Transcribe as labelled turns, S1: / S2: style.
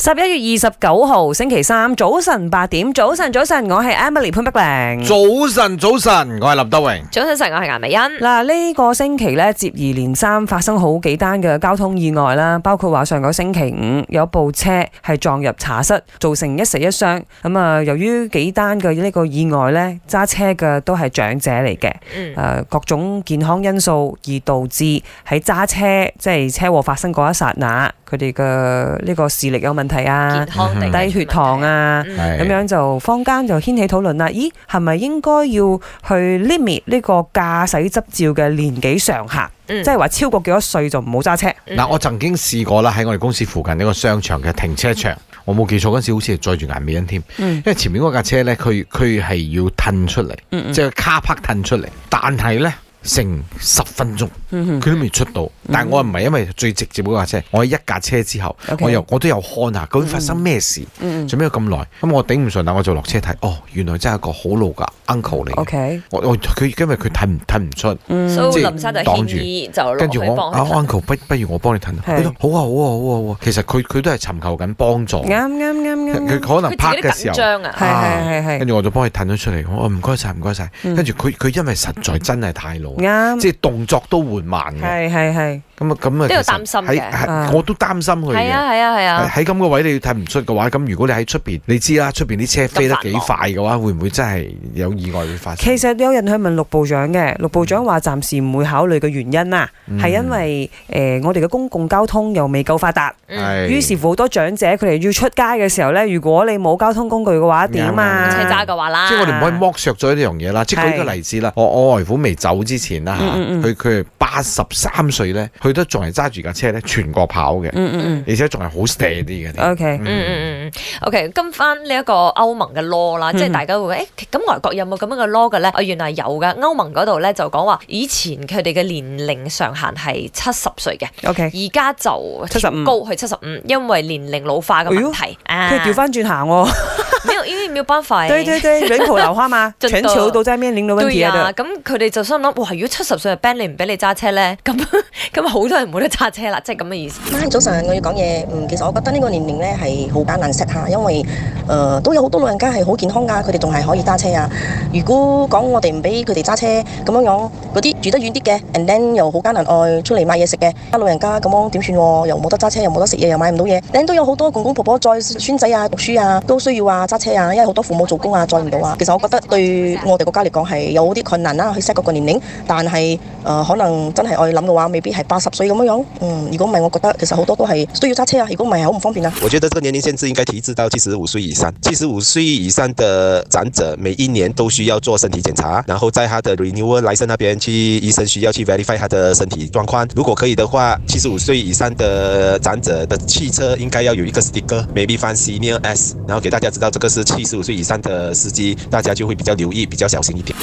S1: 十一月二十九號星期三早晨八點，早晨早晨，我係 Emily 潘碧玲。
S2: 早晨，早晨，我系林德荣。
S3: 早晨，晨我係顏美欣。
S1: 嗱，呢個星期咧接二連三發生好幾單嘅交通意外啦，包括話上個星期五有部車係撞入茶室，造成一死一傷。咁啊，由於幾單嘅呢個意外咧，揸車嘅都係長者嚟嘅。誒、
S3: 嗯，
S1: 各種健康因素而導致喺揸車即係車禍發生嗰一剎那，佢哋嘅呢個視力有問題啊
S3: 健、康
S2: 嗯
S3: 定
S1: 低血糖啊。
S3: 嗯，
S2: 係
S1: 咁樣就坊間就掀起討論啦。咦，係咪應該要去 limit 呢個駕駛執照嘅年紀上限？
S3: 嗯
S1: 即係話超過幾多歲就唔好揸車。
S3: 嗯
S2: 嗱，我曾經試過啦，喺我哋公司附近一個商場嘅停車場，我冇記錯嗰陣時，好似係載住顏美欣添，
S1: 嗯
S2: 因為前面嗰架車呢，佢佢係要褪出嚟，
S1: 嗯
S2: 即係卡拍褪出嚟，但係呢，成十分鐘
S1: 嗯
S2: 佢都未出到，但係我唔係因為最直接嗰架車，我係一架車之後，
S1: OK
S2: 我又我都有看下究竟發生咩事，
S1: 嗯
S2: 做咩要咁耐？咁我頂唔順啦，我就落車睇，哦，原來真係一個好老嘅 uncle 嚟嘅
S1: O K，
S2: 我我佢因為佢睇唔睇唔出。
S1: 嗯
S3: 所
S2: 即
S3: 以
S2: 係
S3: 林生就
S2: 擋
S3: 建
S2: 住
S3: 議就落
S2: 跟住
S3: 去
S2: 我
S3: 幫
S2: 啊
S3: 佢。
S2: uncle，不不如我幫你褪啊。
S1: 係
S2: 佢都好啊好啊好啊好啊。其實佢佢都係尋求緊幫助。
S1: 啱啱啱啱
S2: 佢
S1: 啱，
S2: 可
S3: 佢
S2: 能
S3: 自
S2: 拍
S3: 己都
S2: 嘅時
S3: 緊
S2: 候，
S3: 張啊，
S1: 係係係
S2: 跟
S1: 係
S2: 住我就幫佢褪咗出嚟。我話唔該晒，唔該晒。跟住佢佢因為實在真係太老，啊
S1: 啱，
S2: 即係動作都緩慢嘅。
S1: 嗯係係係
S2: 咁啊咁啊，
S3: 都有
S2: 其實
S3: 擔心
S2: 喺
S3: 嘅
S2: 喺
S1: 啊
S2: 我都擔心佢
S3: 係
S2: 嘅。
S3: 啊係啊係啊，
S2: 喺咁嘅位你睇唔出嘅話，咁如果你喺出邊，你知啦，出邊啲車飛得幾快嘅話，會唔會真係有意外會發生？
S1: 其實有人去問陸部長嘅，陸部長話暫時唔會考慮嘅原因啊，
S2: 嗯
S1: 係因為誒、呃我哋嘅公共交通又未夠發達，
S3: 嗯，
S2: 係啊
S1: 於是乎好多長者佢哋要出街嘅時候呢，如果你冇交通工具嘅話，點啊？
S2: 啱
S3: 車揸嘅話啦，
S2: 即係我哋唔可以剝削咗呢樣嘢啦。即係舉個
S1: 係
S2: 例子啦，我我外父未走之前啦嚇，
S1: 嗯嗯嗯
S2: 佢佢八十三歲咧，佢都仲係揸住架車咧全國跑 嘅，
S1: 嗯嗯
S2: 而且仲係好 steady
S1: 嗯
S2: 嘅添。
S1: ，OK，
S3: 嗯嗯嗯嗯，OK，跟翻呢一個歐盟嘅 law
S2: 嗯
S3: 啦，即係大家會誒咁外國有冇咁樣嘅 law 嘅咧？啊，原來有嘅，歐盟嗰度咧就講話以前佢哋嘅年齡上限係七十歲嘅，
S1: OK，
S3: 而家就
S1: 75
S3: 高去七十五，因為年齡老化
S2: 哎
S3: 嘅問題啊。
S1: 佢調翻轉行喎，
S3: 沒有，因為沒有 辦法欸
S1: 對對對，人口老化嘛，
S3: 真的
S1: 全球都在面臨的問題
S3: 對
S1: 嚟
S3: 啊，
S1: 的。
S3: 咁佢哋就心諗，哇！如果七十歲就 ban 你唔俾你揸車咧，咁咁好多人冇得揸車啦，即係咁嘅意思。
S4: 晚早晨，我要講嘢。嗯，其實我覺得呢個年齡咧係好艱難 set 下，因為誒、呃都有好多老人家係好健康㗎，佢哋仲係可以揸車啊。如果講我哋唔俾佢哋揸車咁樣樣，嗰啲住得遠啲嘅，and then 又好艱難外出嚟買嘢食嘅，老人家咁樣點算喎？又冇得揸車，又冇得食嘢，又買唔到嘢。then 都有好多公公婆婆載孫仔啊、讀書啊，都需要啊揸車啊，因為好多父母做工啊載唔到啊。其實我覺得對我哋國家嚟講係有啲困難啦，去 set 嗰個年齡，但係誒、呃可能真係我哋諗嘅話，未必係八十歲咁樣樣。嗯，如果唔係，我覺得其實好多都係需要揸車啊。如果唔係，好唔方便啊。
S5: 我觉得这个年龄限制应该提至到七十五岁以上。七十五岁以上的长者，每一年都需要做身体检查，然后在他的 renewal license 那边去，医生需要去 verify 他的身体状况。如果可以的话，七十五岁以上的长者的汽车应该要有一个 sticker，maybe 翻 senior S，然后给大家知道这个是七十五岁以上的司机，大家就会比较留意，比较小心一点。